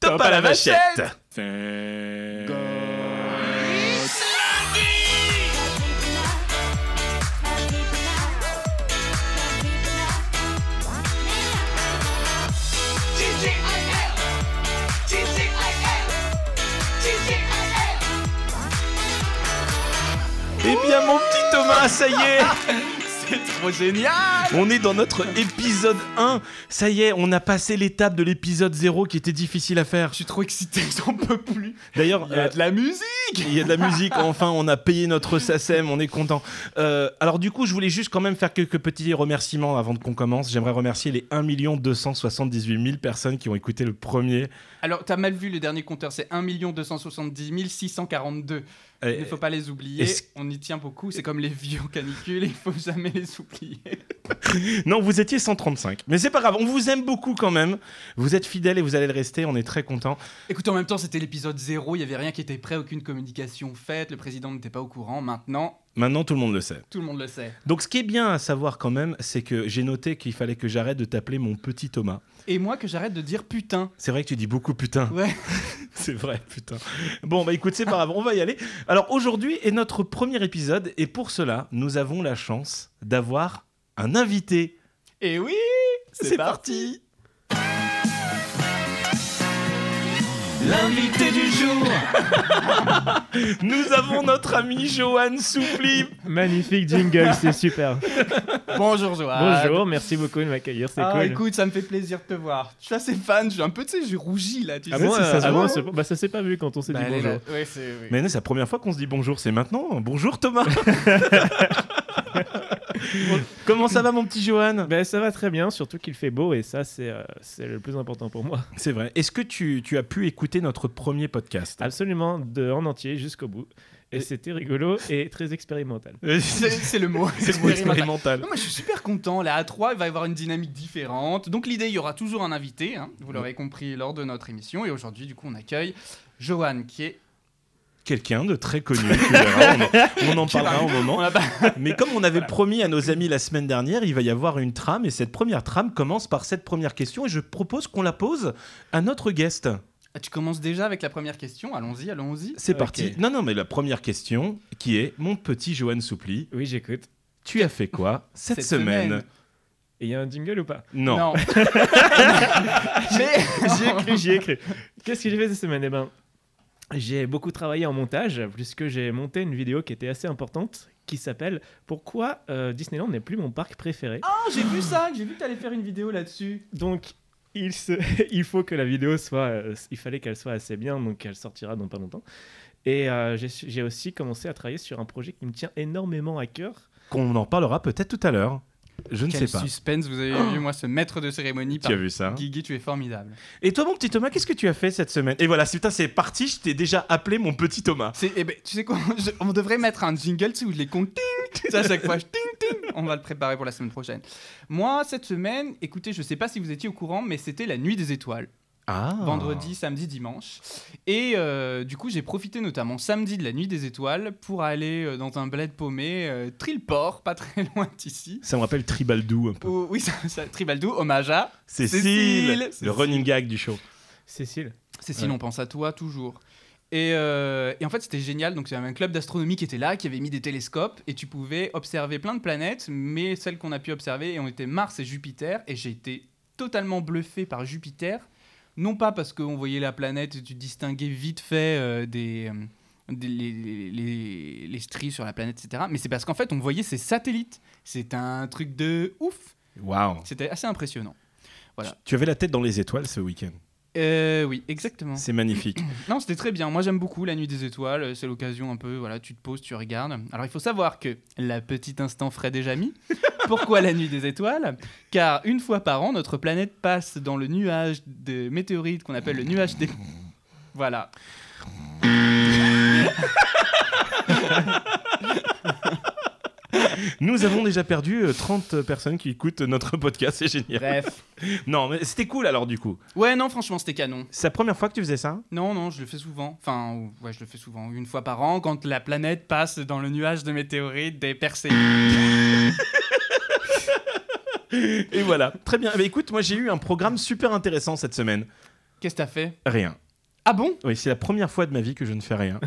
Top à la vachette Eh bien mon petit Thomas, ça y est C'est trop génial On est dans notre épisode 1 Ça y est, on a passé l'étape de l'épisode 0 qui était difficile à faire. Je suis trop excité, j'en peux plus. D'ailleurs, Il y a euh, de la musique Il y a de la musique, enfin, on a payé notre SACEM, on est content. Euh, alors, du coup, je voulais juste quand même faire quelques petits remerciements avant qu'on commence. J'aimerais remercier les 1 278 000 personnes qui ont écouté le premier. Alors, t'as mal vu le dernier compteur, c'est 1 270 642. Il Et- ne faut pas les oublier, est-ce- on y tient beaucoup, c'est comme les vieux en canicule, il faut jamais les oublier. Non, vous étiez 135. Mais c'est pas grave, on vous aime beaucoup quand même. Vous êtes fidèles et vous allez le rester, on est très contents. Écoute, en même temps, c'était l'épisode 0, il n'y avait rien qui était prêt, aucune communication faite, le président n'était pas au courant. Maintenant, Maintenant, tout le monde le sait. tout le monde le sait. Donc, ce qui est bien à savoir quand même, c'est que j'ai noté qu'il fallait que j'arrête de t'appeler mon petit Thomas. Et moi, que j'arrête de dire putain. C'est vrai que tu dis beaucoup putain. Ouais. C'est vrai, putain. Bon, bah écoute, c'est pas grave, on va y aller. Alors aujourd'hui est notre premier épisode et pour cela, nous avons la chance d'avoir un invité. Et oui C'est parti L'invité du jour Nous avons notre ami Johan Soupli. Magnifique jingle, c'est super. Bonjour Johan Bonjour, merci beaucoup de m'accueillir, c'est Bah, Ah cool. écoute, ça me fait plaisir de te voir. Je suis assez fan, je suis un peu, tu sais, j'ai rougi là, tu Ah sais. bon, Ouais, ça euh, se ah voit. bon, c'est- bah, ça s'est pas vu quand on s'est Bah, dit elle est bonjour. là. Ouais, c'est... oui. Mais non, c'est la première fois qu'on se dit bonjour, c'est maintenant. Bonjour Thomas. Comment ça va mon petit Johan Bah, ça va très bien, surtout qu'il fait beau et ça c'est euh, c'est le plus important pour moi. C'est vrai. Est-ce que tu, tu as pu écouter notre premier podcast Absolument, de, en entier jusqu'au bout. Et, Et- c'était rigolo et très expérimental. C'est- c'est le mot. Euh, C'est trop Expérimental. expérimental. Non, moi je suis super content. La A3, il va y avoir une dynamique différente. Donc l'idée, il y aura toujours un invité, hein, Mm. vous l'aurez compris lors de notre émission. Et aujourd'hui, du coup, on accueille Johan, qui est. Quelqu'un de très connu. tu verras, on, en- on en parlera au moment. On l'a pas- Mais comme on avait promis à nos amis la semaine dernière, il va y avoir une trame et cette première trame commence par cette première question et je propose qu'on la pose à notre guest. Ah, tu commences déjà avec la première question. Allons-y, allons-y. C'est Ok. parti. Non, non, mais la première question qui est Mon petit Johan Soupli, Oui, j'écoute. tu as fait quoi cette, Cette semaine, semaine. Et il y a un jingle ou pas Non. Mais J'y ai cru, j'y ai cru. Qu'est-ce que j'ai fait cette semaine Eh ben, j'ai beaucoup travaillé en montage puisque j'ai monté une vidéo qui était assez importante qui s'appelle Pourquoi euh, Disneyland n'est plus mon parc préféré Ah, j'ai vu ça, j'ai vu que t'allais faire une vidéo là-dessus. Donc, il, se- il faut que la vidéo soit. euh, il fallait qu'elle soit assez bien, donc elle sortira dans pas longtemps. Et euh, j'ai su- j'ai aussi commencé à travailler sur un projet qui me tient énormément à cœur. Qu'on en parlera peut-être tout à l'heure. Je ne Quel sais pas. suspense, vous avez vu, moi, ce maître de cérémonie Tu par as vu ça Guigui, tu es formidable. Et toi, mon petit Thomas, qu'est-ce que tu as fait cette semaine Et voilà, c'est- putain, c'est parti. Je t'ai déjà appelé mon petit Thomas. C'est- eh ben, tu sais quoi je- On devrait mettre un jingle, tu sais, où je les compte. ting, ting, à chaque fois, je ting, ting. On va le préparer pour la semaine prochaine. Moi, cette semaine, écoutez, je sais pas si vous étiez au courant, mais c'était la nuit des étoiles. Ah. vendredi, samedi, dimanche. Et euh, du coup, j'ai profité notamment samedi de la nuit des étoiles pour aller euh, dans un bled paumé, euh, Trilport, pas très loin d'ici. Ça me rappelle Tribaldou un peu. Où- oui, ça, ça- Tribaldou, hommage à Cécile. Cécile, Cécile. le running gag du show. Cécile. Cécile, Ouais. on pense à toi toujours. Et, euh, et en fait, c'était génial. Donc, il y avait un club d'astronomie qui était là, qui avait mis des télescopes, et tu pouvais observer plein de planètes, mais celles qu'on a pu observer, et on était Mars et Jupiter, et j'ai été totalement bluffé par Jupiter. Non pas parce qu'on voyait la planète et tu distinguais vite fait euh, des, euh, des- les, les- les- les stries sur la planète, etc. Mais c'est parce qu'en fait, on voyait ses satellites. C'est un truc de ouf. Waouh. C'était assez impressionnant. Voilà. Tu avais la tête dans les étoiles ce week-end. Euh, oui, exactement. C'est magnifique. Non, c'était très bien. Moi, j'aime beaucoup la nuit des étoiles. Euh, C'est l'occasion un peu, voilà, tu te poses, tu regardes. Alors, il faut savoir que la petite instant Fred et Jamy. Pourquoi la nuit des étoiles Car une fois par an, notre planète passe dans le nuage de météorites qu'on appelle le nuage des. Voilà. Nous avons déjà perdu euh, 30 personnes qui écoutent notre podcast, c'est génial. Bref. Non, mais c'était cool alors du coup. Ouais, non, franchement, c'était canon. C'est la première fois que tu faisais ça Non, non, je le fais souvent. Enfin, ouais, je le fais souvent. Une fois par an, quand la planète passe dans le nuage de météorites des Perséides. ben, Et voilà, très bien. Eh bien, écoute, moi j'ai eu un programme super intéressant cette semaine. Qu'est-ce que t'as fait Rien. Ah bon Oui, c'est la première fois de ma vie que je ne fais rien.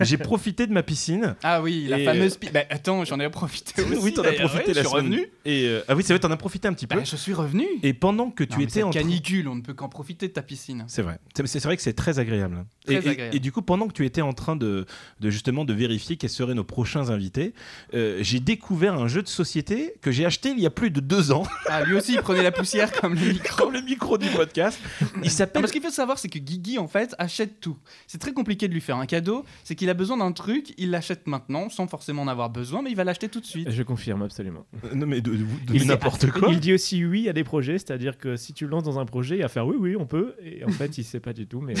J'ai profité de ma piscine. Ah oui, la Et, fameuse pi- Bah attends, j'en ai profité aussi. oui, t'en as d'ailleurs. profité Ouais, la je suis semaine. revenu. Et euh, ah oui, c'est vrai, t'en as profité un petit peu. Bah, je suis revenu. Et pendant que Non, tu mais étais cette en train- canicule, on ne peut qu'en profiter de ta piscine. C'est vrai. C'est- C'est vrai que c'est très agréable. Très et, et- agréable. et du coup, pendant que tu étais en train de, de justement de vérifier quels seraient nos prochains invités, euh, j'ai découvert un jeu de société que j'ai acheté il y a plus de deux ans, Ah, lui aussi, il prenait la poussière comme le micro. comme le micro du podcast. Il Non, s'appelle. parce qu'il faut savoir, c'est que Guigui, en fait, achète tout. C'est très compliqué de lui faire un cadeau. C'est qu'il a besoin d'un truc, il l'achète maintenant, sans forcément en avoir besoin, mais il va l'acheter tout de suite. Je confirme absolument. Non mais de, de- de- Il de s'est n'importe quoi. Il dit aussi oui à des projets, c'est-à-dire que si tu le lances dans un projet, il va faire oui, oui, on peut. Et en fait, il sait pas du tout, mais. euh,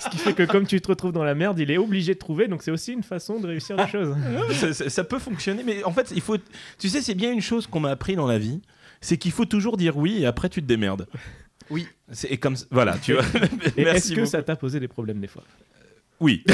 Ce qui fait que comme tu te retrouves dans la merde, il est obligé de trouver, donc c'est aussi une façon de réussir les choses. Non, mais ça, ça- ça peut fonctionner, mais en fait, il faut. Tu sais, c'est bien une chose qu'on m'a appris dans la vie, c'est qu'il faut toujours dire oui et après tu te démerdes. Oui. C'est et comme voilà, tu vois. Et Merci est-ce que beaucoup. ça t'a posé des problèmes des fois Oui.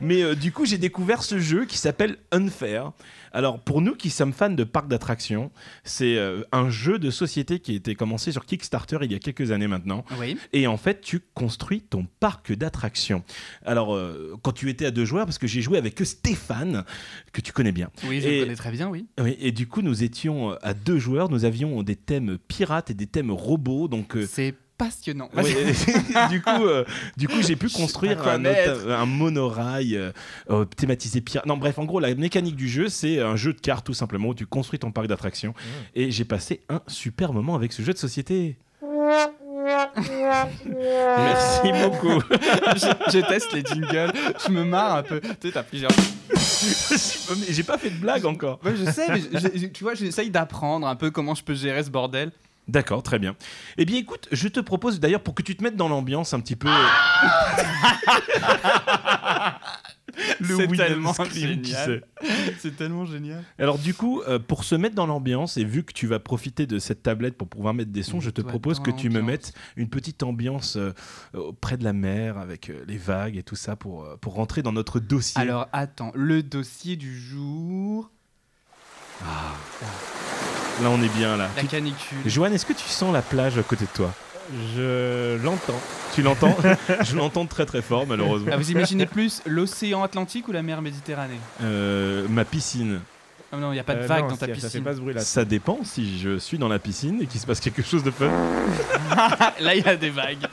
Mais euh, du coup, j'ai découvert ce jeu qui s'appelle Unfair. Alors, pour nous qui sommes fans de parcs d'attractions, c'est euh, un jeu de société qui a été commencé sur Kickstarter il y a quelques années maintenant. Oui. Et en fait, tu construis ton parc d'attractions. Alors, euh, quand tu étais à deux joueurs, parce que j'ai joué avec Stéphane, que tu connais bien. Oui, je Et- le connais très bien, oui. Oui, et du coup, nous étions euh, à deux joueurs. Nous avions des thèmes pirates et des thèmes robots. Donc, euh, C'est passionnant. Ouais, Vas-y. du coup, euh, du coup, j'ai pu Ah, Je sais construire pas un, autre- connaître. un monorail euh, euh, thématisé pirate. Non, bref, en gros, la mécanique du jeu, c'est un jeu de cartes tout simplement où tu construis ton parc d'attractions. Mmh. Et j'ai passé un super moment avec ce jeu de société. Merci beaucoup. je, je teste les jingles, je me marre un peu. Tu sais, t'as plusieurs. j'ai pas fait de blague encore. Ouais, je sais, mais je- je- tu vois, j'essaye d'apprendre un peu comment je peux gérer ce bordel. D'accord, très bien. Eh bien, écoute, je te propose d'ailleurs pour que tu te mettes dans l'ambiance un petit peu. euh, Le C'est William tellement Scream, tu sais. génial. C'est tellement génial. Alors du coup, euh, pour se mettre dans l'ambiance, et vu que tu vas profiter de cette tablette pour pouvoir mettre des sons, je te Toi, propose dans que tu me l'ambiance. mettes une petite ambiance euh, euh, près de la mer, avec euh, les vagues et tout ça, pour, euh, pour rentrer dans notre dossier. Alors attends, le dossier du jour, Là, on est bien là. la canicule. Joanne, est-ce que tu sens la plage à côté de toi Je l'entends. Tu l'entends Je l'entends très très fort, malheureusement. Ah, vous imaginez plus l'océan Atlantique ou la mer Méditerranée Euh, ma piscine. Ah non, il n'y a pas de Euh, vague non, dans ta ça- Ça piscine. fait pas ce bruit-là. Ça dépend si je suis dans la piscine et qu'il se passe quelque chose de fun. Ah, Là, il y a des vagues.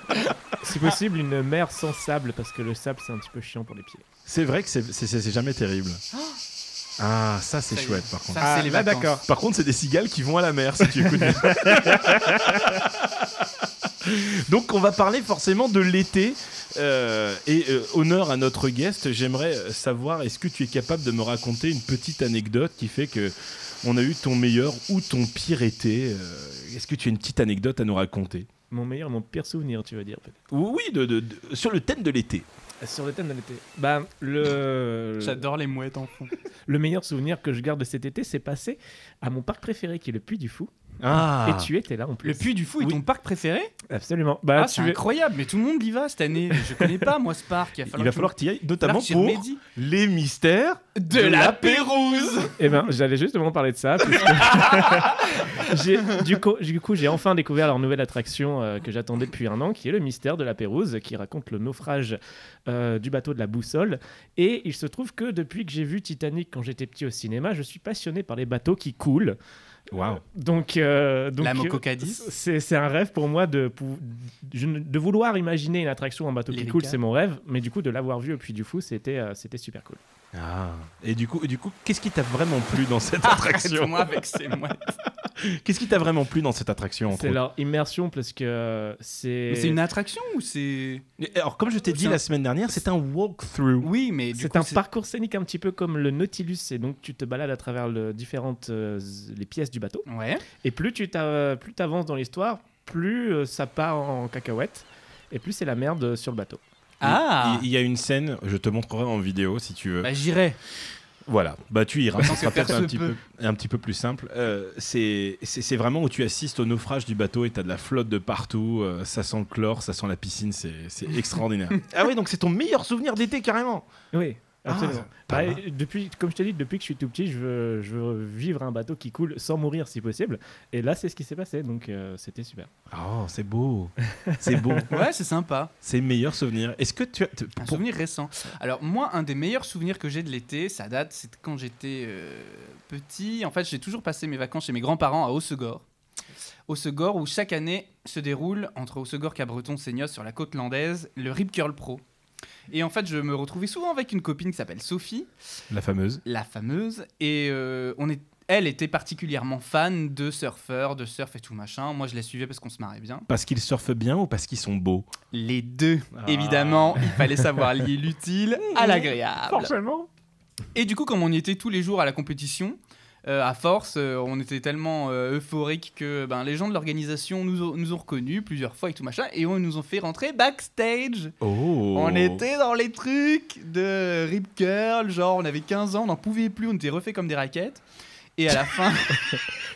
Si possible, une mer sans sable, parce que le sable, c'est un petit peu chiant pour les pieds. C'est vrai que c'est- c'est c'est- c'est jamais terrible. Ah, ça c'est Oh Ça y est. chouette par contre. Ah, Ça, c'est les là, vacances. d'accord. Par contre, c'est des cigales qui vont à la mer, si tu écoutes bien. Donc, on va parler forcément de l'été. Euh, et euh, honneur à notre guest, j'aimerais euh, savoir est-ce que tu es capable de me raconter une petite anecdote qui fait que on a eu ton meilleur ou ton pire été euh, Est-ce que tu as une petite anecdote à nous raconter Mon meilleur, mon pire souvenir, tu veux dire. peut-être. Oui, de- de- de- sur le thème de l'été. Sur le thème de l'été. Bah, le. J'adore les mouettes en fond. Le meilleur souvenir que je garde de cet été, c'est passer à mon parc préféré qui est le Puy du Fou. Ah Et tu étais là en plus. Le Puy du Fou est Oui. ton parc préféré Absolument. Bah, Ah, tu c'est es- incroyable, mais tout le monde y va cette année. Je connais pas, moi, ce parc. Il va Il va falloir que tu y ailles, notamment que tu pour remédies. les mystères De la Pérouse Eh ben, j'allais justement parler de ça. puisque- J'ai- du coup, du coup, j'ai enfin découvert leur nouvelle attraction euh, que j'attendais depuis un an, qui est le mystère de la Pérouse, qui raconte le naufrage euh, du bateau de la Boussole. Et il se trouve que depuis que j'ai vu Titanic quand j'étais petit au cinéma, je suis passionné par les bateaux qui coulent. Waouh Donc, euh, donc La euh, Mococadis. c'est c'est un rêve pour moi de, pou- je ne- de vouloir imaginer une attraction en bateau qui Lyrica. coule, c'est mon rêve. Mais du coup, de l'avoir vu au Puy du Fou, c'était euh, c'était super cool. Ah. Et du coup, du coup qu'est-ce qui t'a vraiment plu dans cette attraction Ah, Arrête-moi avec ces mouettes. Qu'est-ce qui t'a vraiment plu dans cette attraction entre C'est leur immersion parce que euh, c'est. Mais c'est une attraction ou c'est. autres Alors, comme je t'ai dit C'est un- la semaine dernière, c'est un walkthrough. Oui, mais du C'est coup, un parcours scénique un petit peu comme le Nautilus, et donc tu te balades à travers le- différentes euh, z- les pièces du bateau. Ouais. Et plus tu t'a- plus avances dans l'histoire, plus euh, ça part en cacahuète, et plus c'est la merde euh, sur le bateau. Ah Il il y a une scène, je te montrerai en vidéo si tu veux. Bah, j'irai. Voilà, bah tu iras, Tant ça sera que faire peut-être un, se petit peut. peu- un petit peu plus simple. Euh, c'est c'est- c'est vraiment où tu assistes au naufrage du bateau et t'as de la flotte de partout, euh, ça sent le chlore, ça sent la piscine, c'est c'est extraordinaire. ah oui, donc c'est ton meilleur souvenir d'été carrément Oui. Absolument. pas Bah, mal. depuis, comme je t'ai dit, depuis que je suis tout petit, je veux, je veux vivre un bateau qui coule sans mourir si possible. Et là, c'est ce qui s'est passé, donc euh, c'était super. Oh, c'est beau. C'est beau. Ouais, c'est sympa. C'est meilleur souvenir. Est-ce que tu as. tu- Un pour- souvenir récent. Alors moi, un des meilleurs souvenirs que j'ai de l'été, ça date, c'est quand j'étais euh, petit. En fait, j'ai toujours passé mes vacances chez mes grands-parents à Haussegor. Haussegor, où chaque année se déroule, entre Haussegor, Cabreton, Seignos, sur la côte landaise, le Rip Curl Pro. Et en fait, je me retrouvais souvent avec une copine qui s'appelle Sophie, La fameuse. la fameuse, et euh, on est, elle était particulièrement fan de surfeurs, de surf et tout machin. Moi, je la suivais parce qu'on se marrait bien. Parce qu'ils surfent bien ou parce qu'ils sont beaux Les deux, Ah. évidemment, il fallait savoir lier l'utile à l'agréable. Forcément Et du coup, comme on y était tous les jours à la compétition, euh, à force, euh, on était tellement euh, euphoriques que ben, les gens de l'organisation nous, ont- nous ont reconnus plusieurs fois et tout machin, et on nous ont fait rentrer backstage. Oh On était dans les trucs de Rip Curl, genre on avait 15 ans, on n'en pouvait plus, on était refait comme des raquettes. Et à la fin,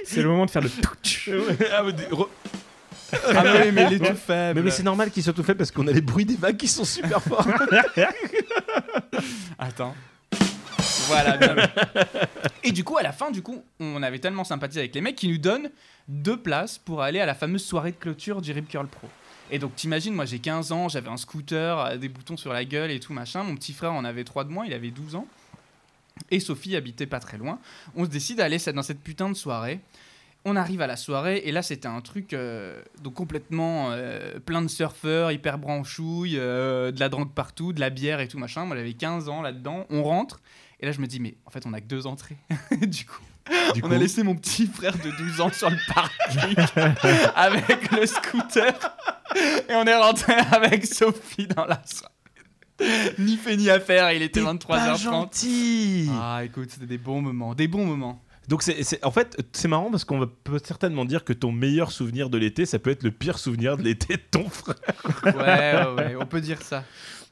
C'est le moment de faire le touch Ah, mais des- re- ah mais, oui, mais les tout faibles. mais, mais c'est normal qu'ils soient tout faits parce qu'on a les bruits des vagues qui sont super forts. Attends. Voilà, bien vu. Et du coup, à la fin, du coup, on avait tellement sympathisé avec les mecs qu'ils nous donnent deux places pour aller à la fameuse soirée de clôture du Rip Curl Pro. Et donc, t'imagines, moi j'ai 15 ans, j'avais un scooter, euh, des boutons sur la gueule et tout machin. Mon petit frère en avait 3 de moins, il avait 12 ans. Et Sophie habitait pas très loin. On se décide à aller cette- dans cette putain de soirée. On arrive à la soirée et là c'était un truc euh, donc complètement euh, plein de surfeurs, hyper branchouille, euh, de la drogue partout, de la bière et tout machin. Moi j'avais 15 ans là-dedans, on rentre et là je me dis mais en fait on a que deux entrées. du coup, Du on coup, a laissé mon petit frère de 12 ans sur le parking avec le scooter et on est rentré avec Sophie dans la soirée. ni fait ni affaire, il était t'es pas 23h30. gentil. Ah écoute, c'était des bons moments, des bons moments. Donc c'est, c'est- en fait c'est marrant parce qu'on va- peut certainement dire que ton meilleur souvenir de l'été ça peut être le pire souvenir de l'été de ton frère. Ouais, ouais, ouais, on peut dire ça.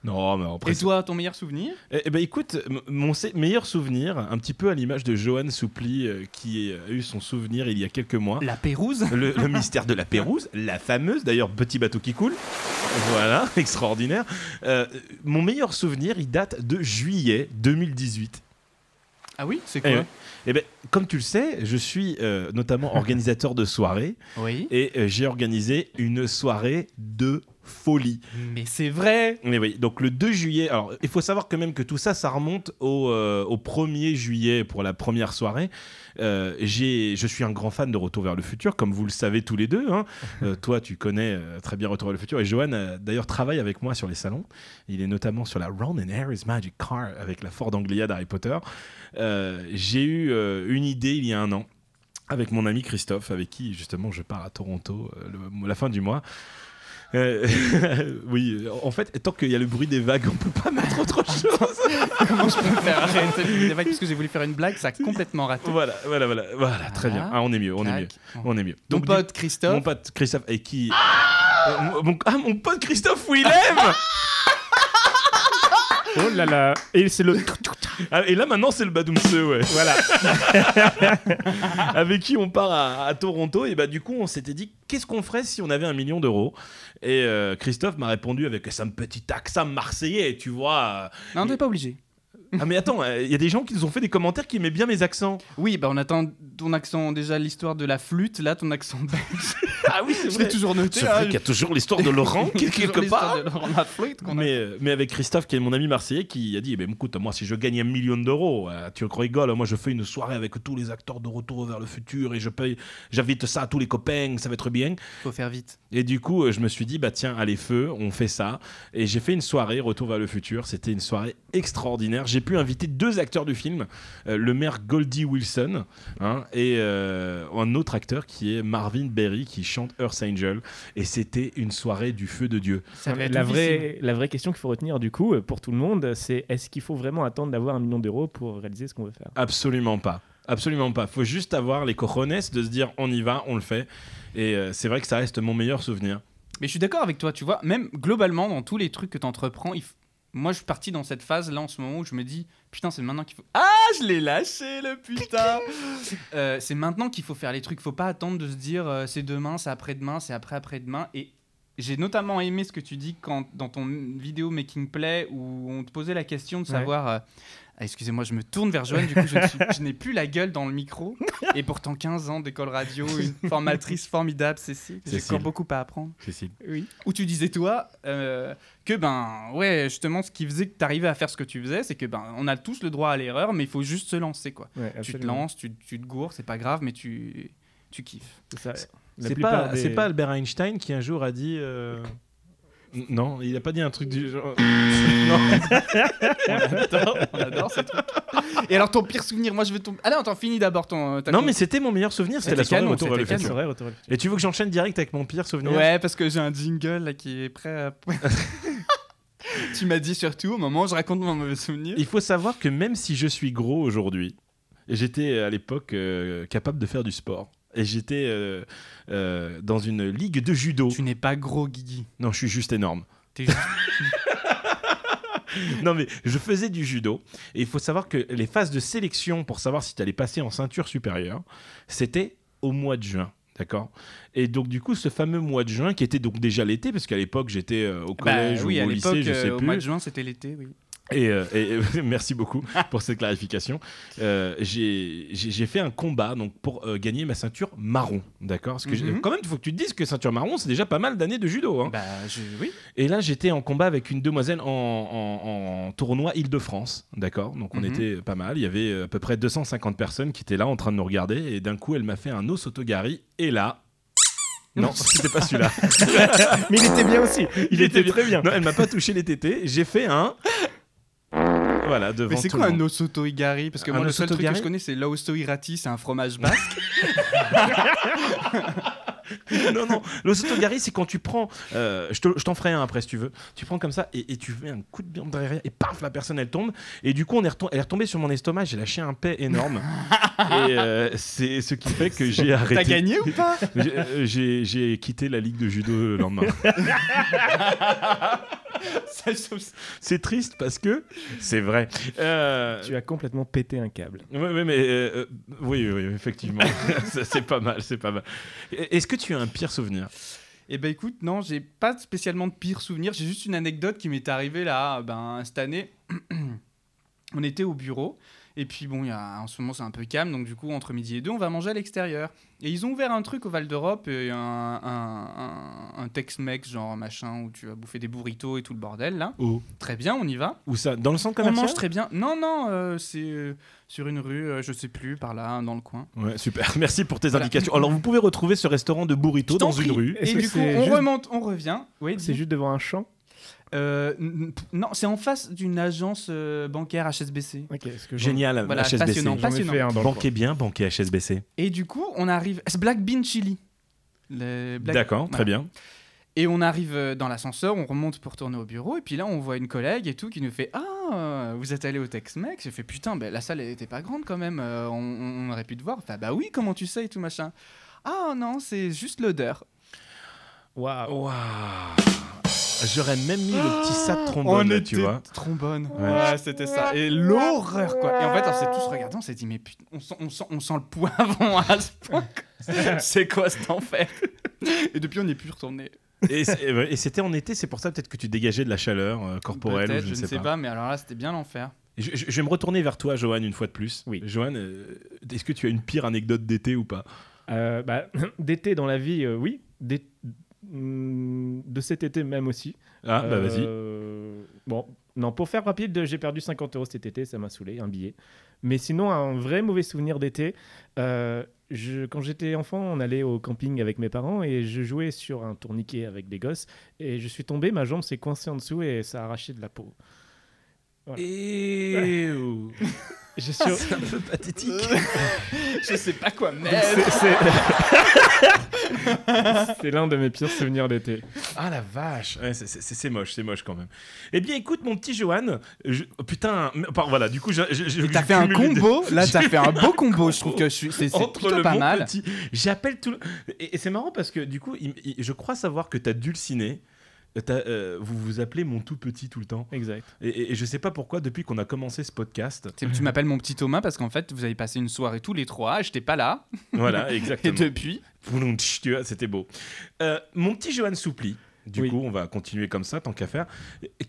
Non mais après Et toi, ton meilleur souvenir Eh, eh ben écoute, m- mon sé- meilleur souvenir, un petit peu à l'image de Johan Soupli euh, qui a eu son souvenir il y a quelques mois. La Pérouse Le, le mystère de la Pérouse, la fameuse, d'ailleurs, petit bateau qui coule. Voilà, extraordinaire. Euh, mon meilleur souvenir, il date de juillet 2018. Ah oui C'est Eh, eh ben, comme tu le sais, je suis euh, notamment organisateur de soirées Oui. et euh, j'ai organisé une soirée de folie. Mais c'est vrai Mais oui, donc le 2 juillet, alors il faut savoir quand même que tout ça, ça remonte au, euh, au 1er juillet pour la première soirée. Euh, j'ai- je suis un grand fan de Retour vers le futur, comme vous le savez tous les deux. hein. Euh, toi, tu connais euh, très bien Retour vers le futur et Johan, euh, d'ailleurs, travaille avec moi sur les salons. Il est notamment sur la Ron and Harry's Magic Car avec la Ford Anglia d'Harry Potter. Euh, j'ai eu euh, une idée il y a un an avec mon ami Christophe, avec qui justement je pars à Toronto euh, le- la fin du mois. Euh, oui, en fait, tant qu'il y a le bruit des vagues, on peut pas mettre autre chose. Comment je peux faire arrêter le débat Parce que j'ai voulu faire une blague, ça a complètement raté. voilà, voilà, voilà, voilà, très bien. Ah, on est mieux, on est mieux, Tac. on est mieux. Mon du- pote mon Christophe. pote Christophe, et qui Euh, mon, mon- ah, mon pote Christophe Willem Oh là là Et c'est le Ah, Et là, maintenant, c'est le Badoumse, ouais. Voilà avec qui on part à, à Toronto. Et bah, du coup, on s'était dit, qu'est-ce qu'on ferait si on avait un million d'euros Et euh, Christophe m'a répondu avec un petit accent marseillais, tu vois. Non, t'es pas obligé. Ah, mais attends, il y a des gens qui nous ont fait des commentaires qui aimaient bien mes accents. Oui, bah on attend ton accent, déjà l'histoire de la flûte, là ton accent belge. Ah oui, c'est Je l'ai toujours noté. C'est hein, vrai qu'il y a toujours l'histoire de Laurent, j'ai quelque toujours quelque part. l'histoire de Laurent Laflûte qu'on a. Mais, euh, mais avec Christophe, qui est mon ami marseillais, qui a dit eh ben, écoute, moi, si je gagne un million d'euros, euh, tu rigoles, moi, je fais une soirée avec tous les acteurs de Retour vers le futur et je paye, j'invite ça à tous les copains, ça va être bien. Faut faire vite. Et du coup, euh, je me suis dit, bah tiens, allez, feu, on fait ça. Et j'ai fait une soirée, Retour vers le futur. C'était une soirée extraordinaire. J'ai pu inviter deux acteurs du film, euh, le maire Goldie Wilson hein, et euh, un autre acteur qui est Marvin Berry qui chante Earth Angel. Et c'était une soirée du feu de Dieu. Ça va être la oufissime. vraie, la vraie question qu'il faut retenir du coup euh, pour tout le monde, c'est est-ce qu'il faut vraiment attendre d'avoir un million d'euros pour réaliser ce qu'on veut faire Absolument pas. Absolument pas. Faut juste avoir les cojones de se dire, on y va, on le fait. Et euh, c'est vrai que ça reste mon meilleur souvenir. Mais je suis d'accord avec toi, tu vois, même globalement, dans tous les trucs que tu entreprends, moi je suis parti dans cette phase là en ce moment où je me dis, putain, c'est maintenant qu'il faut. Ah, je l'ai lâché le putain Euh, C'est maintenant qu'il faut faire les trucs, faut pas attendre de se dire, euh, c'est demain, c'est après-demain, c'est après-après-demain, et J'ai notamment aimé ce que tu dis quand, dans ton vidéo Making Play où on te posait la question de Ouais. savoir. euh, ah, Excusez-moi, je me tourne vers Joanne, du coup je, ne suis- je n'ai plus la gueule dans le micro. Et pourtant 15 ans d'école radio, une formatrice formidable, Cécile. J'ai Cécile. encore beaucoup à apprendre. Cécile. Oui. Où tu disais toi euh, que ben ouais justement ce qui faisait que tu arrivais à faire ce que tu faisais, c'est que ben on a tous le droit à l'erreur, mais il faut juste se lancer quoi. Ouais, Tu te absolument. lances, tu, tu te gourres, c'est pas grave, mais tu tu kiffes. C'est ça. La C'est plupart pas, des- c'est pas Albert Einstein qui un jour a dit. euh, n- Non, il a pas dit un truc du genre. On adore, on adore ce truc. Et alors ton pire souvenir, moi je vais tomber. Ah non, attends, finis d'abord ton. euh, ta Non, con- mais c'était mon meilleur souvenir, c'était la C'était soirée canon, autour de c'était le Quel canon. futur. serait retour à le futur Et tu veux que j'enchaîne direct avec mon pire souvenir Ouais, parce que j'ai un jingle là qui est prêt. à- tu m'as dit surtout au moment où je raconte mon mauvais souvenir. Il faut savoir que même si je suis gros aujourd'hui, et j'étais à l'époque euh, capable de faire du sport. Et j'étais euh, euh, dans une ligue de judo. Tu n'es pas gros, Guigui. Non, je suis juste énorme. T'es juste- Non, mais je faisais du judo. Et il faut savoir que les phases de sélection pour savoir si tu allais passer en ceinture supérieure, c'était au mois de juin. D'accord Et donc, du coup, ce fameux mois de juin, qui était donc déjà l'été, parce qu'à l'époque, j'étais euh, au Bah collège oui, ou à au l'époque, lycée, je sais euh, au plus. mois de juin, c'était l'été, oui. Et, euh, et- et merci beaucoup pour cette clarification. Euh, j'ai- J'ai j'ai fait un combat donc pour euh, gagner ma ceinture marron, d'accord Parce que j'ai- Mhm. quand même, il faut que tu te dises que ceinture marron, c'est déjà pas mal d'années de judo. hein. Bah je... oui. Et là, j'étais en combat avec une demoiselle en, en- en tournoi Île-de-France, d'accord Donc on Mhm. était pas mal. Il y avait euh, à peu près 250 personnes qui étaient là en train de nous regarder. Et d'un coup, elle m'a fait un os autogari. Et là. Non, c'était pas celui-là. Mais il était bien aussi. Il, était, très bien. Non, elle m'a pas touché les tétés. J'ai fait un. Voilà, devant Mais c'est tout quoi le monde. un osoto igari Parce que Un moi, le seul truc que osoto-igari je connais, c'est l'osto irati, c'est un fromage basque. non, non, l'osotogari, c'est quand tu prends. euh, je te- je t'en ferai un après si tu veux. Tu prends comme ça et, et tu mets un coup de viande derrière et paf, la personne elle tombe. Et du coup, on est retom- elle est retombée sur mon estomac, j'ai lâché un paix énorme. et euh, c'est ce qui fait que j'ai T'as arrêté. gagné ou pas J'ai- euh, J'ai j'ai quitté la ligue de judo le lendemain. Ça, je trouve ça- c'est triste parce que c'est vrai. Euh, Tu as complètement pété un câble. Oui, mais euh, euh, oui, oui, oui, effectivement, Ça, c'est pas mal, c'est pas mal. Est-ce que tu as un pire souvenir Eh ben écoute, non, j'ai pas spécialement de pire souvenir. J'ai juste une anecdote qui m'est arrivée là, ben cette année. on était au bureau. Et puis bon, il y a, en ce moment c'est un peu calme, donc du coup entre midi et deux on va manger à l'extérieur. Et ils ont ouvert un truc au Val d'Europe, et un, un, un, un Tex-Mex genre machin où tu vas bouffer des burritos et tout le bordel là. Où Très bien, on y va. Où ça Dans le centre On commercial mange très bien. Non, non, euh, c'est euh, sur une rue, euh, je sais plus, par là, dans le coin. Ouais, super. Merci pour tes Voilà. indications. Alors, vous pouvez retrouver ce restaurant de burrito Je t'en dans une prie. rue. Est-ce Et que du coup, c'est on juste- remonte, on revient. Oui, C'est juste devant un champ. Euh, n- n- p- non, c'est en face d'une agence euh, bancaire HSBC. Ok, est-ce que j'en- Génial, Voilà, HSBC. passionnant. J'en ai fait un dans le coin. Banquez bien, banquez HSBC. Et du coup, on arrive. C'est Black Bean Chili. Le Black- D'accord, voilà. très bien. Et on arrive euh, dans l'ascenseur, on remonte pour tourner au bureau, et puis là, on voit une collègue et tout qui nous fait Ah, euh, vous êtes allé au Tex-Mex J'ai fait Putain, ben, la salle elle était pas grande quand même, euh, on, on aurait pu te voir. Enfin, bah oui, comment tu sais et tout machin. Ah non, c'est juste l'odeur. Waouh. Ah, Waouh. J'aurais même mis le petit sac trombone, là, tu vois. Trombone. Ouais. Ouais, c'était ça. Et l'horreur, quoi. Et en fait, on s'est tous regardés, on s'est dit, mais putain, on sent, on sent, on sent le poivron à ce point. quoi. C'est quoi cet enfer Et depuis, on n'y est plus retourné. Et c'est- et c'était en été, c'est pour ça peut-être que tu dégageais de la chaleur euh, corporelle. ou Peut-être, je, ne sais pas. mais alors là, c'était bien l'enfer. Et Je, je- je vais me retourner vers toi, Johan, une fois de plus. Oui. Johan, euh, est-ce que tu as une pire anecdote d'été ou pas Euh, bah, D'été dans la vie, euh, oui. D'é- mm, De cet été même aussi. Ah, bah vas-y. Euh, Bon, non, pour faire rapide, euh, j'ai perdu 50 euros cet été, ça m'a saoulé, un billet. Mais sinon, un vrai mauvais souvenir d'été. euh, je- quand j'étais enfant, on allait au camping avec mes parents et je jouais sur un tourniquet avec des gosses. Et je suis tombé, ma jambe s'est coincée en dessous et ça a arraché de la peau. voilà. Et... Je suis- C'est un peu pathétique. Je sais pas quoi, mais. C'est- c'est- C'est l'un de mes pires souvenirs d'été. Ah la vache Ouais, c'est- C'est c'est- c'est moche, c'est moche quand même. Eh bien écoute mon petit Johan, je- oh, putain, mais- par- voilà, du coup je- je- je- Et T'as je fait un cumule les deux. combo, là t'as fait un beau combo, je trouve que je suis- c'est c'est Entre le plutôt pas bon mal. petit, j'appelle tout. le- Et, et c'est marrant parce que du coup, il- il- je crois savoir que t'as dulciné. t'as, euh, vous vous appelez mon tout petit tout le temps. Exact. Et, et- et je sais pas pourquoi depuis qu'on a commencé ce podcast. Tu tu m'appelles mon petit Thomas parce qu'en fait, vous avez passé une soirée tous les trois, et j'étais pas là, Voilà, et exactement. depuis. Pouloum, tch, tu vois, c'était beau. Euh, mon petit Johan Soupli, Du Oui. coup, on va continuer comme ça, tant qu'à faire.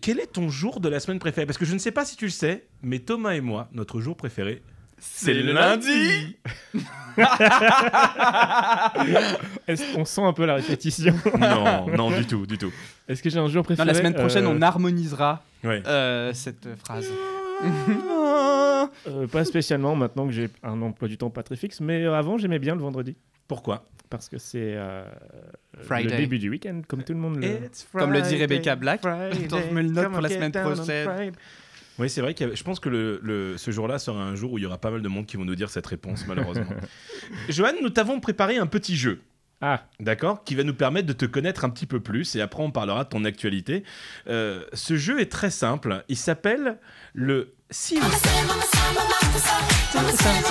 Quel est ton jour de la semaine préférée Parce que je ne sais pas si tu le sais, mais Thomas et moi, notre jour préféré, c'est le lundi. Est-ce- On sent un peu la répétition. Non, non, du tout, du tout. Est-ce que j'ai un jour Non, préféré la semaine prochaine, Euh, on harmonisera Ouais. euh, cette euh, phrase. euh, pas spécialement maintenant que j'ai un emploi du temps pas très fixe, mais euh, avant j'aimais bien le vendredi Pourquoi parce que c'est euh, Friday. le début du week-end comme tout le monde le. Comme le dit Rebecca Black, dans le note pour la semaine prochaine. Oui, c'est vrai que je pense que le, le- ce jour-là sera un jour où il y aura pas mal de monde qui vont nous dire cette réponse, malheureusement. Johan, nous t'avons préparé un petit jeu. Ah, D'accord Qui va nous permettre de te connaître un petit peu plus et après on parlera de ton actualité. Euh, ce jeu est très simple. Il s'appelle le si ou ça.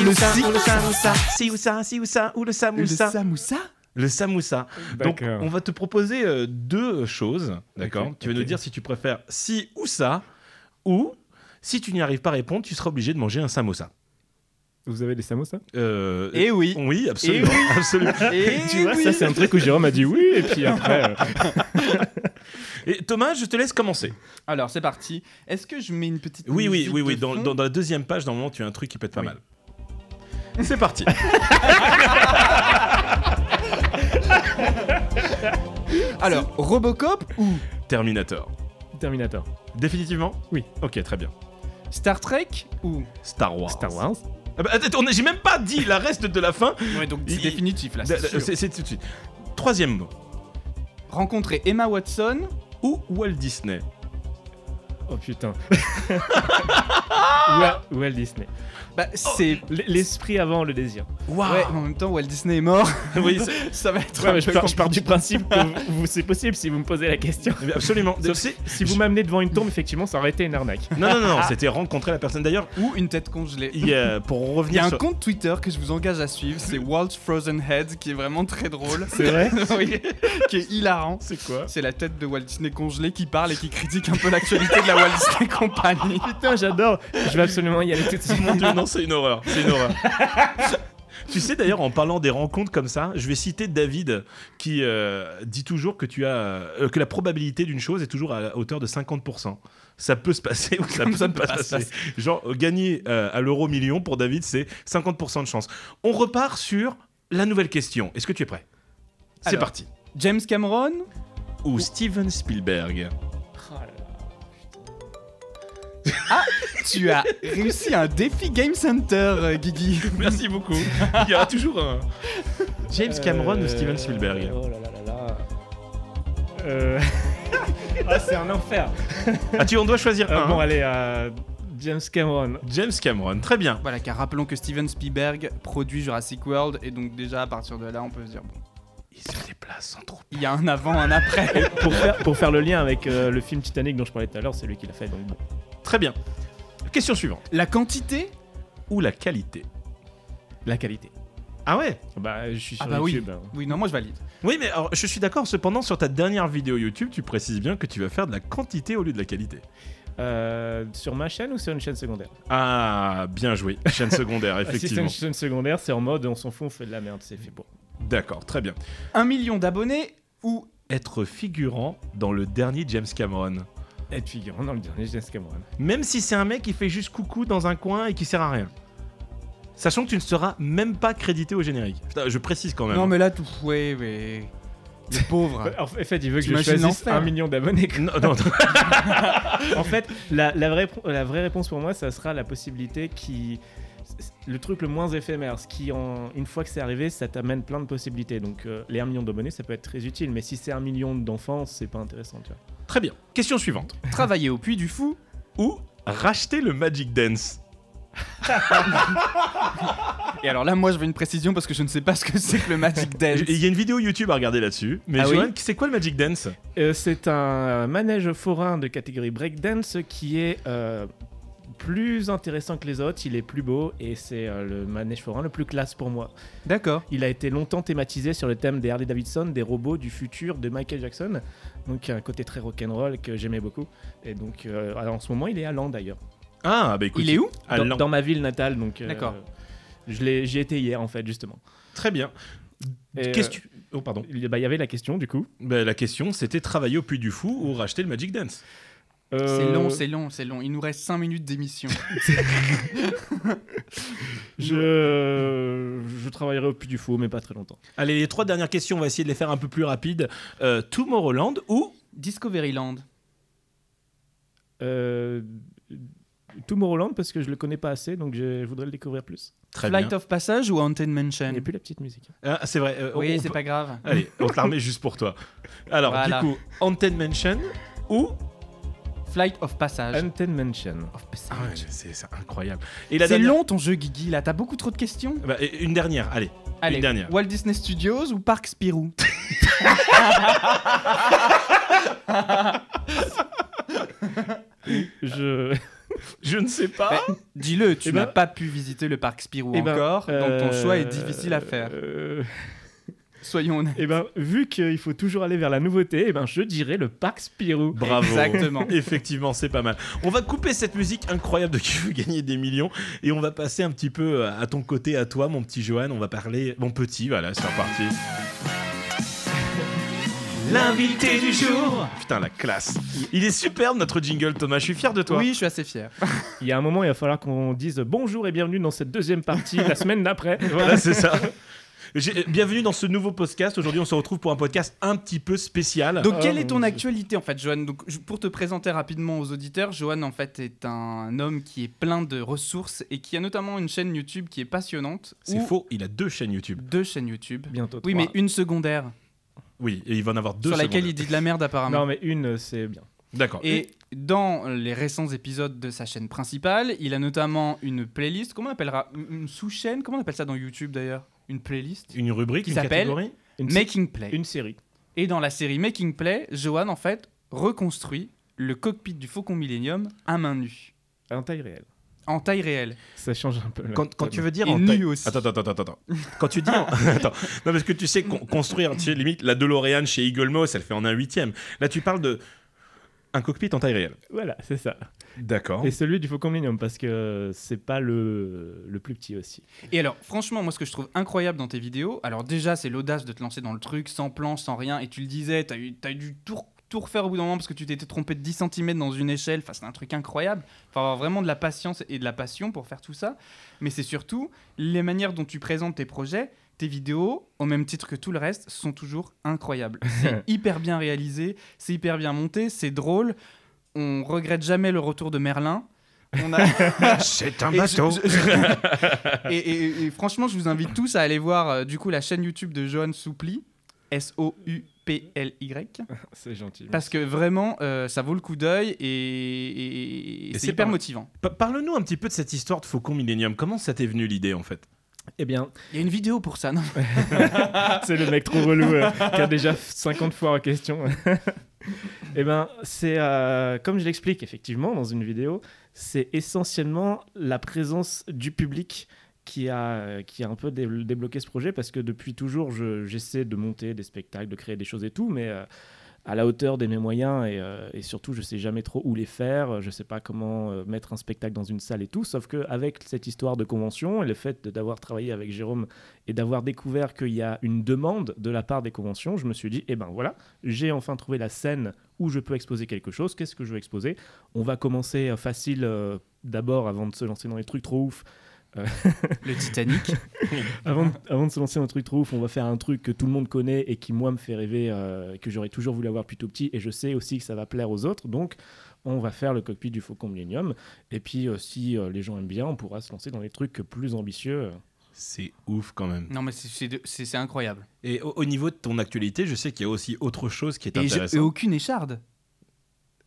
Le si- si ou ça, si ou ça, ou le samoussa. samoussa Le samoussa. Donc d'accord. on va te proposer euh, deux choses. D'accord Ok, Tu vas ok. nous dire si tu préfères si ou ça ou si tu n'y arrives pas à répondre, tu seras obligé de manger un samoussa. Vous avez des samosas Euh, Eh oui oui, absolument. Eh absolument. Et Tu vois, oui. ça c'est un truc où Jérôme a dit oui et puis après. euh, Et Thomas, je te laisse commencer. Alors, c'est parti. Est-ce que je mets une petite. Oui, oui, musique oui, oui. de Dans, fond dans- dans la deuxième page, normalement, tu as un truc qui peut être pas Oui. mal. C'est parti. Alors, Robocop ou Terminator. Terminator, Définitivement Oui. Ok, très bien. Star Trek ou. Star Wars. Star Wars. Ah bah, attends, on a- j'ai même pas dit la reste de la fin. Ouais, donc c'est Bah, c'est définitif là. Da- da- Bah, C'est c'est tout de suite. Troisième mot. Rencontrer Emma Watson. Ou Walt Disney. Oh putain. Walt- Walt Disney. Bah, Oh. c'est. L- L'esprit avant le désir. Waouh. Ouais, en même temps, Walt Disney est mort. Oui, c'est- ça va être. Ouais, un mais je, peu pars, je pars compliqué. du principe que vous- vous- c'est possible si vous me posez la question. mais absolument. Sauf C'est- Si vous m'amenez devant une tombe, effectivement, ça aurait été une arnaque. Non, non, Ah. non, c'était rencontrer la personne. D'ailleurs, Ou une tête congelée. il y a- pour Il y revenir a un sur... compte Twitter que je vous engage à suivre, c'est Walt Frozen Head, qui est vraiment très drôle. C'est vrai Oui, qui est hilarant. C'est quoi C'est la tête de Walt Disney congelée qui parle et qui critique un peu l'actualité de la Walt Disney Company. Putain, j'adore. Je vais absolument y aller tout de suite. Mon Dieu, non, c'est une horreur. C'est une horreur. Tu sais d'ailleurs, en parlant des rencontres comme ça, je vais citer David qui euh, dit toujours que, tu as, euh, que la probabilité d'une chose est toujours à la hauteur de 50%. Ça peut se passer ou ça peut ne pas se passer. Genre, euh, gagner euh, à l'euro million pour David, c'est 50% de chance. On repart sur la nouvelle question. Est-ce que tu es prêt C'est Alors. parti. James Cameron Ou Steven Spielberg Tu as réussi un défi Game Center, euh, Guigui. Merci beaucoup. Il y aura toujours un. James Cameron Euh, ou Steven Spielberg Oh là là là là. Euh... ah, c'est un enfer. Ah, tu en dois choisir Euh, un. Bon, allez, euh, James Cameron. James Cameron, très bien. Voilà, car rappelons que Steven Spielberg produit Jurassic World, et donc déjà à partir de là, on peut se dire, bon, Il se déplace sans trop. il y a un avant, un après. Pour faire, pour faire le lien avec euh, le film Titanic dont je parlais tout à l'heure, c'est lui qui l'a fait. Donc bon. Très bien. Question suivante. La quantité Ou la qualité La qualité. Ah ouais Bah, je suis sur Ah bah oui. YouTube. hein. Oui, non, moi je valide. Oui, mais alors, je suis d'accord. Cependant, sur ta dernière vidéo YouTube, tu précises bien que tu vas faire de la quantité au lieu de la qualité. Euh, sur ma chaîne ou sur une chaîne secondaire Ah, bien joué. Chaîne secondaire, Ah, Si c'est effectivement. une chaîne secondaire, c'est en mode on s'en fout, on fait de la merde, c'est fait pour. D'accord, très bien. Un million d'abonnés ou Être figurant dans le dernier James Cameron. Être figurant dans le dernier James Cameron. Même si c'est un mec qui fait juste coucou dans un coin et qui sert à rien. Sachant que tu ne seras même pas crédité au générique. Putain, je précise quand même. Non, mais là, tout fouet, mais. Le pauvre. En fait, il veut que je T'imagines choisisse l'enfer. un million d'abonnés. Non, non, non. en fait, la, la vraie, pro- la vraie réponse pour moi, ça sera la possibilité qui. Le truc le moins éphémère, ce qui, en, une fois que c'est arrivé, ça t'amène plein de possibilités. Donc, euh, les 1 million d'abonnés, ça peut être très utile, mais si c'est un million d'enfants, c'est pas intéressant, tu vois. Très bien. Question suivante. Travailler au puits du fou Ou racheter le Magic Dance. Et alors là, moi, je veux une précision parce que je ne sais pas ce que c'est que le Magic Dance. Il y a une vidéo YouTube à regarder là-dessus. Mais Ah oui Johan, c'est quoi le Magic Dance Euh, c'est un manège forain de catégorie breakdance qui est euh, plus intéressant que les autres, il est plus beau et c'est euh, le manège forain le plus classe pour moi. D'accord. Il a été longtemps thématisé sur le thème des Harley Davidson, des robots du futur de Michael Jackson, donc un côté très rock'n'roll que j'aimais beaucoup. Et donc euh, alors, en ce moment il est à Lan d'ailleurs, Ah, bah écoute. Il est où à dans, Lan. dans ma ville natale. Donc euh, D'accord. je l'ai- j'y étais hier en fait justement. Très bien. Et, Qu'est-ce euh, que tu- Oh, pardon. Il bah, il y avait la question du coup. Ben, la question, c'était travailler au Puy du Fou ou racheter le Magic Dance. C'est Euh, long, c'est long, c'est long. Il nous reste 5 minutes d'émission. Je... je travaillerai au plus du Fou, mais pas très longtemps. Allez, les trois dernières questions, on va essayer de les faire un peu plus rapides. Euh, Tomorrowland ou Discoveryland. Euh... Tomorrowland, parce que je le connais pas assez, donc je voudrais le découvrir plus. Très Flight bien. of Passage ou Haunted Il Mansion n'y a plus la petite musique. Ah, c'est vrai. euh, Oui, on- on c'est peut- pas grave. Allez, on te la remet juste pour toi. Alors, Voilà. du coup, Haunted Mansion ou. Flight of Passage. Haunted Mansion. Of Passage. Ah ouais, c'est c'est incroyable. Et la C'est dernière. long ton jeu, Guigui, là. T'as beaucoup trop de questions. Bah, et une dernière, allez. Allez, dernière. Walt Disney Studios ou Parc Spirou Je... Je ne sais pas. Ben, Dis-le, tu Eh ben- n'as pas pu visiter le Parc Spirou Eh ben, encore, donc ton euh, choix est difficile à faire. euh, Soyons honnêtes. Eh ben, vu qu'il faut toujours aller vers la nouveauté, eh ben, je dirais le Parc Spirou. Bravo. Exactement. Effectivement, c'est pas mal. On va couper cette musique incroyable de qui veut gagner des millions et on va passer un petit peu euh, à ton côté, à toi, mon petit Johan. On va parler. Mon petit, voilà, c'est reparti. L'invité du jour Putain, la classe. Il est superbe notre jingle, Thomas. Je suis fier de toi. Oui, je suis assez fier. Il y a un moment, il va falloir qu'on dise bonjour et bienvenue dans cette deuxième partie la semaine d'après. Voilà, c'est ça. J'ai- euh, Bienvenue dans ce nouveau podcast. Aujourd'hui, on se retrouve pour un podcast un petit peu spécial. Donc, Ah, quelle est mon ton Dieu. actualité en fait, Johan Donc, je- Pour te présenter rapidement aux auditeurs, Johan en fait est un homme qui est plein de ressources et qui a notamment une chaîne YouTube qui est passionnante. C'est ou faux, il a deux chaînes YouTube. Deux chaînes YouTube. Bientôt. Oui, trois. mais une secondaire Oui, et il va en avoir deux sur laquelle il secondes. dit de la merde apparemment. Non, mais une, c'est bien. D'accord. Et dans les récents épisodes de sa chaîne principale, il a notamment une playlist, comment on appellera Une sous-chaîne Comment on appelle ça dans YouTube d'ailleurs Une playlist Une rubrique, qui une s'appelle- catégorie Une, Making Play. une série. Et dans la série Making Play, Johan en fait reconstruit le cockpit du Faucon Millenium à main nue, En taille réelle. en taille réelle. Ça change un peu. là. Quand, quand tu veux dire Et en nu taille- aussi. Attends, attends, attends, attends. Quand tu dis en- attends, non parce que tu sais con- construire, tu sais limite la DeLorean chez Eagle Moss, elle fait en un huitième. Là, tu parles de un cockpit en taille réelle. Voilà, c'est ça. D'accord. Et celui du Faucon Millennium, parce que c'est pas le, le plus petit aussi. Et alors, franchement, moi, ce que je trouve incroyable dans tes vidéos, alors déjà, c'est l'audace de te lancer dans le truc sans plan, sans rien, et tu le disais, t'as eu, t'as eu dû tout, re- tout refaire au bout d'un moment parce que tu t'étais trompé de 10 cm dans une échelle, enfin, c'est un truc incroyable. Faut avoir vraiment de la patience et de la passion pour faire tout ça, mais c'est surtout les manières dont tu présentes tes projets. Tes vidéos, au même titre que tout le reste, sont toujours incroyables. C'est hyper bien réalisé, c'est hyper bien monté, c'est drôle. On regrette jamais le retour de Merlin. On a... C'est un Et je- je- et, et- et franchement, je vous invite tous à aller voir euh, du coup la chaîne YouTube de Johan Soupli, S-O-U-P-L-Y, C'est gentil. parce que vraiment, euh, ça vaut le coup d'œil et, et- et Et c'est c'est hyper pas- motivant. Pa- Parle-nous un petit peu de cette histoire de Faucon Millenium. Comment ça t'est venu l'idée en fait Eh bien, Il y a une vidéo pour ça, non c'est le mec trop relou euh, qui a déjà 50 fois en question. Eh ben, c'est euh, comme je l'explique effectivement dans une vidéo, c'est essentiellement la présence du public qui a, euh, qui a un peu dé- débloqué ce projet parce que depuis toujours, je- j'essaie de monter des spectacles, de créer des choses et tout, mais euh, à la hauteur de mes moyens et, euh, et surtout, je sais jamais trop où les faire, je sais pas comment euh, mettre un spectacle dans une salle et tout. Sauf que avec cette histoire de convention et le fait de- d'avoir travaillé avec Jérôme et d'avoir découvert qu'il y a une demande de la part des conventions, je me suis dit, eh ben voilà, j'ai enfin trouvé la scène où je peux exposer quelque chose. Qu'est-ce que je veux exposer On va commencer euh, facile euh, d'abord avant de se lancer dans les trucs trop ouf. Le Titanic. Avant, de- avant de se lancer dans un truc trop ouf, on va faire un truc que tout le monde connaît et qui, moi, me fait rêver, euh, que j'aurais toujours voulu avoir plus tout petit. Et je sais aussi que ça va plaire aux autres. Donc, on va faire le cockpit du Faucon Millennium. Et puis, euh, si euh, les gens aiment bien, on pourra se lancer dans des trucs plus ambitieux. C'est ouf quand même. non, mais c'est- c'est de- c'est c'est incroyable. Et au, au niveau de ton actualité, je sais qu'il y a aussi autre chose qui est Et, je- et intéressante. aucune écharde.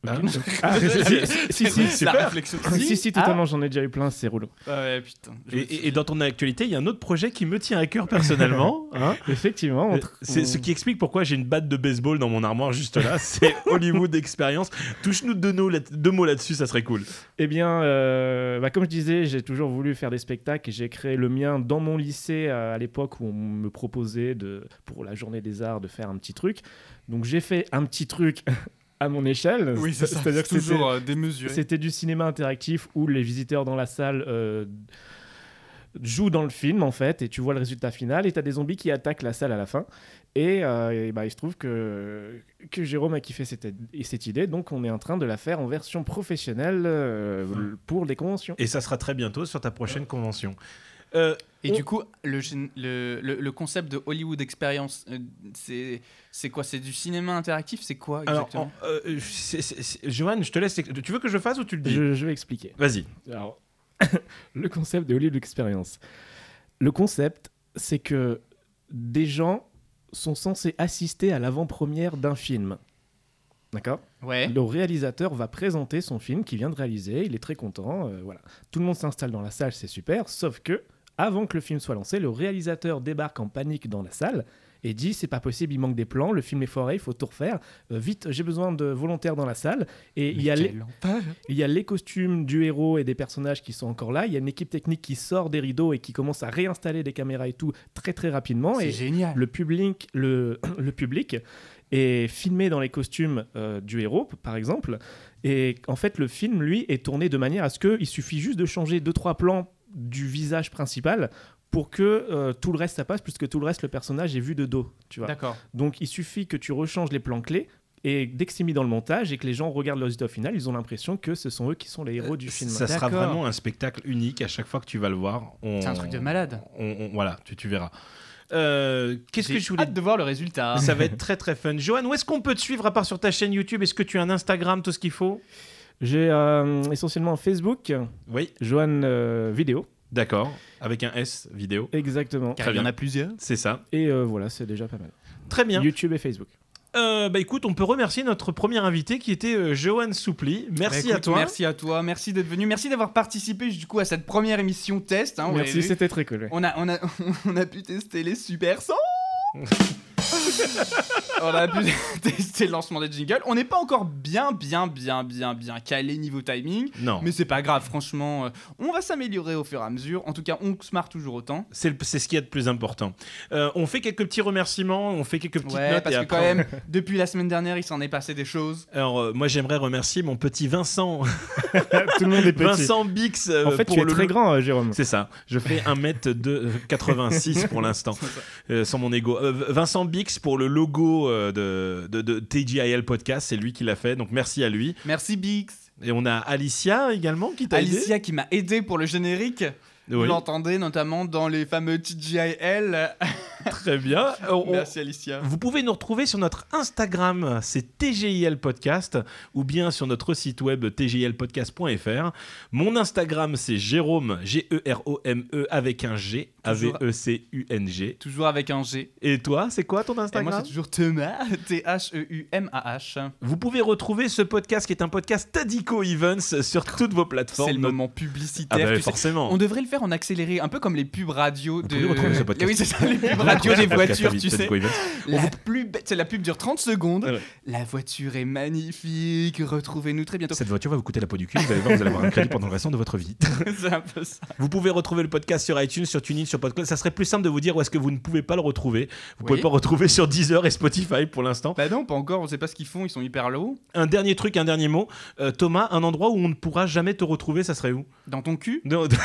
Hein Ah, si, si, si, si, La super. réflexion. si, si, Ah, totalement, j'en ai déjà eu plein, c'est relou. ouais, putain. Je Et, me suis- et- et dans ton actualité, il y a un autre projet qui me tient à cœur personnellement. hein. Effectivement, on Euh, tr- C'est on- ce qui explique pourquoi j'ai une batte de baseball dans mon armoire juste là. C'est Hollywood Experience. Touche-nous deux, mots là- deux mots là-dessus, ça serait cool. Eh bien, euh, bah, comme je disais, j'ai toujours voulu faire des spectacles et j'ai créé le mien dans mon lycée euh, à l'époque où on me proposait de, pour la journée des arts de faire un petit truc. Donc j'ai fait un petit truc à mon échelle. Oui, c'est ça. C'est-à-dire que c'était- toujours euh, démesuré. c'était du cinéma interactif où les visiteurs dans la salle euh, jouent dans le film en fait et tu vois le résultat final et t'as des zombies qui attaquent la salle à la fin Et, euh, et bah, il se trouve que, que Jérôme a kiffé cette, cette idée, donc on est en train de la faire en version professionnelle euh, pour les conventions. Et ça sera très bientôt sur ta prochaine convention. Euh, Et On- du coup, le, gén- le, le- le concept de Hollywood Experience, euh, c'est c'est quoi C'est du cinéma interactif C'est quoi alors, exactement en- euh, c'est- c'est- c'est- Johan, je te laisse. Tu veux que je fasse ou tu le dis Je- je vais expliquer. Vas-y. Alors, le concept de Hollywood Experience. Le concept, c'est que des gens sont censés assister à l'avant-première d'un film. D'accord Ouais. Le réalisateur va présenter son film qu'il vient de réaliser, il est très content, euh, voilà. Tout le monde s'installe dans la salle, c'est super, sauf que, avant que le film soit lancé, le réalisateur débarque en panique dans la salle et dit c'est pas possible, il manque des plans, le film est foiré, il faut tout refaire, Euh, vite, j'ai besoin de volontaires dans la salle. Et il y a les- il y a les costumes du héros et des personnages qui sont encore là. Il y a une équipe technique qui sort des rideaux et qui commence à réinstaller des caméras et tout très très rapidement. C'est Et génial. le public, le, le public est filmé dans les costumes euh, du héros, p- par exemple. Et en fait, le film, lui, est tourné de manière à ce qu'il suffit juste de changer deux trois plans du visage principal pour que euh, tout le reste ça passe, puisque tout le reste le personnage est vu de dos. Tu vois. D'accord. Donc il suffit que tu rechanges les plans clés. Et dès que c'est mis dans le montage et que les gens regardent le résultat final, ils ont l'impression que ce sont eux qui sont les héros du film. Euh, Ça sera D'accord. vraiment un spectacle unique à chaque fois que tu vas le voir. On- C'est un truc de malade. on- on- voilà, tu, tu verras. Euh, Qu'est-ce que J'ai je voulais hâte de voir le résultat. Ça va être très très fun. Johan, où est-ce qu'on peut te suivre à part sur ta chaîne YouTube Est-ce que tu as un Instagram, tout ce qu'il faut J'ai euh, essentiellement Facebook, Oui, Johan euh, Vidéo, d'accord. Avec un S vidéo. exactement. Car Très il y en bien. a plusieurs. C'est ça. Et euh, voilà, c'est déjà pas mal. Très bien. YouTube et Facebook. Euh, bah écoute, on peut remercier notre premier invité qui était euh, Johan Soupli. Merci Bah, écoute, à toi. Merci à toi. Merci d'être venu. Merci d'avoir participé du coup à cette première émission test. Ah, hein, vous l'avez Merci, vu. c'était très cool. ouais. On a, on, a, on a pu tester les super sons On a pu tester le lancement des jingles. On n'est pas encore bien, bien, bien, bien, bien calé niveau timing. Non. Mais c'est pas grave, franchement. euh, On va s'améliorer au fur et à mesure. En tout cas, on se marre toujours autant. C'est le- c'est ce qu'il y a de plus important. Euh, on fait quelques petits remerciements, on fait quelques petites Ouais, notes. parce et que après, quand même, depuis la semaine dernière, il s'en est passé des choses. Alors, euh, moi, j'aimerais remercier mon petit Vincent, Tout le monde est petit. Vincent Bix. euh, en fait, pour tu es le très grand, euh, Jérôme. C'est ça. Je fais 1m86 euh, pour l'instant, C'est ça. euh, sans mon ego. Euh, V- Vincent Bix pour le logo euh, de, de, de TGIL Podcast, c'est lui qui l'a fait, donc merci à lui. Merci Bix. Et on a Alicia également qui t'a aidé. Alicia qui m'a aidé pour le générique. Vous Oui, l'entendez notamment dans les fameux TGIL. très bien. Euh, on- Merci Alicia. Vous pouvez nous retrouver sur notre Instagram, c'est TGIL Podcast, ou bien sur notre site web tgilpodcast.fr. Mon Instagram, c'est Jérôme, E G-E-R-O-M-E, avec un G, E Toujours- A-V-E-C-U-N-G. Toujours avec un G. Et toi, c'est quoi ton Et moi, Instagram c'est toujours Thomas, E T-H-E-U-M-A-H. Vous pouvez retrouver ce podcast qui est un podcast Tadico Events sur toutes vos plateformes. C'est le Notre- moment Ah publicitaire. bah, tu sais. forcément. On devrait le faire en accéléré, un peu comme les pubs radio de. pouvez retrouver ce podcast. Oui, c'est ça, les pubs radio des Le podcast voitures, Tadi- tu sais. Tadico Events. La plus bête- c'est la pub dure 30 secondes. Ah ouais. La voiture est magnifique. Retrouvez-nous très bientôt. Cette voiture va vous coûter la peau du cul. Vous allez voir, vous allez avoir un crédit pendant le restant de votre vie. c'est un peu ça. Vous pouvez retrouver le podcast sur iTunes, sur TuneIn, sur Podcast. Ça serait plus simple de vous dire où est-ce que vous ne pouvez pas le retrouver. Vous Oui. pouvez pas le retrouver sur Deezer et Spotify pour l'instant. Bah non, pas encore. On sait pas ce qu'ils font. Ils sont hyper low. Un dernier truc, un dernier mot. Euh, Thomas, un endroit où on ne pourra jamais te retrouver, ça serait où Dans ton cul. Non.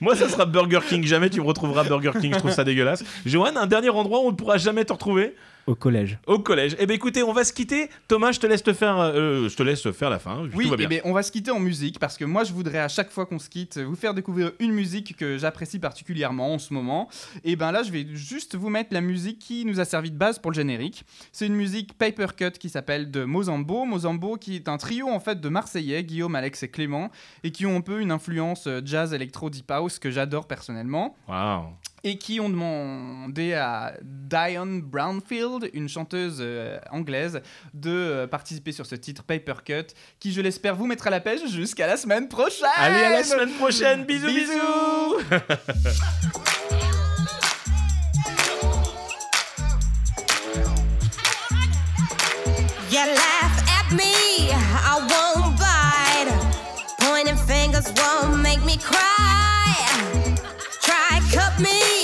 Moi, ça sera Burger King. Jamais tu me retrouveras Burger King. Je trouve ça dégueulasse. Johan, un dernier endroit où on ne pourra jamais te retrouver Au collège. au collège. Eh ben écoutez, on va se quitter. Thomas, je te laisse te faire, euh, je te laisse faire la fin. Oui, Tout va eh bien. ben, on va se quitter en musique parce que moi je voudrais à chaque fois qu'on se quitte vous faire découvrir une musique que j'apprécie particulièrement en ce moment. Et ben là je vais juste vous mettre la musique qui nous a servi de base pour le générique. C'est une musique paper cut qui s'appelle de Mozambo. Mozambo qui est un trio en fait de Marseillais, Guillaume, Alex et Clément, et qui ont un peu une influence euh, jazz, électro, deep house que j'adore personnellement Waouh. et qui ont demandé à Diane Brownfield, une chanteuse euh, anglaise, de euh, participer sur ce titre Paper Cut, qui je l'espère vous mettra la pêche jusqu'à la semaine prochaine. Allez, à la semaine prochaine. bisous. Bisous. bisous. You laugh at me, I won't bite. Pointing fingers won't make me cry. Try cut me,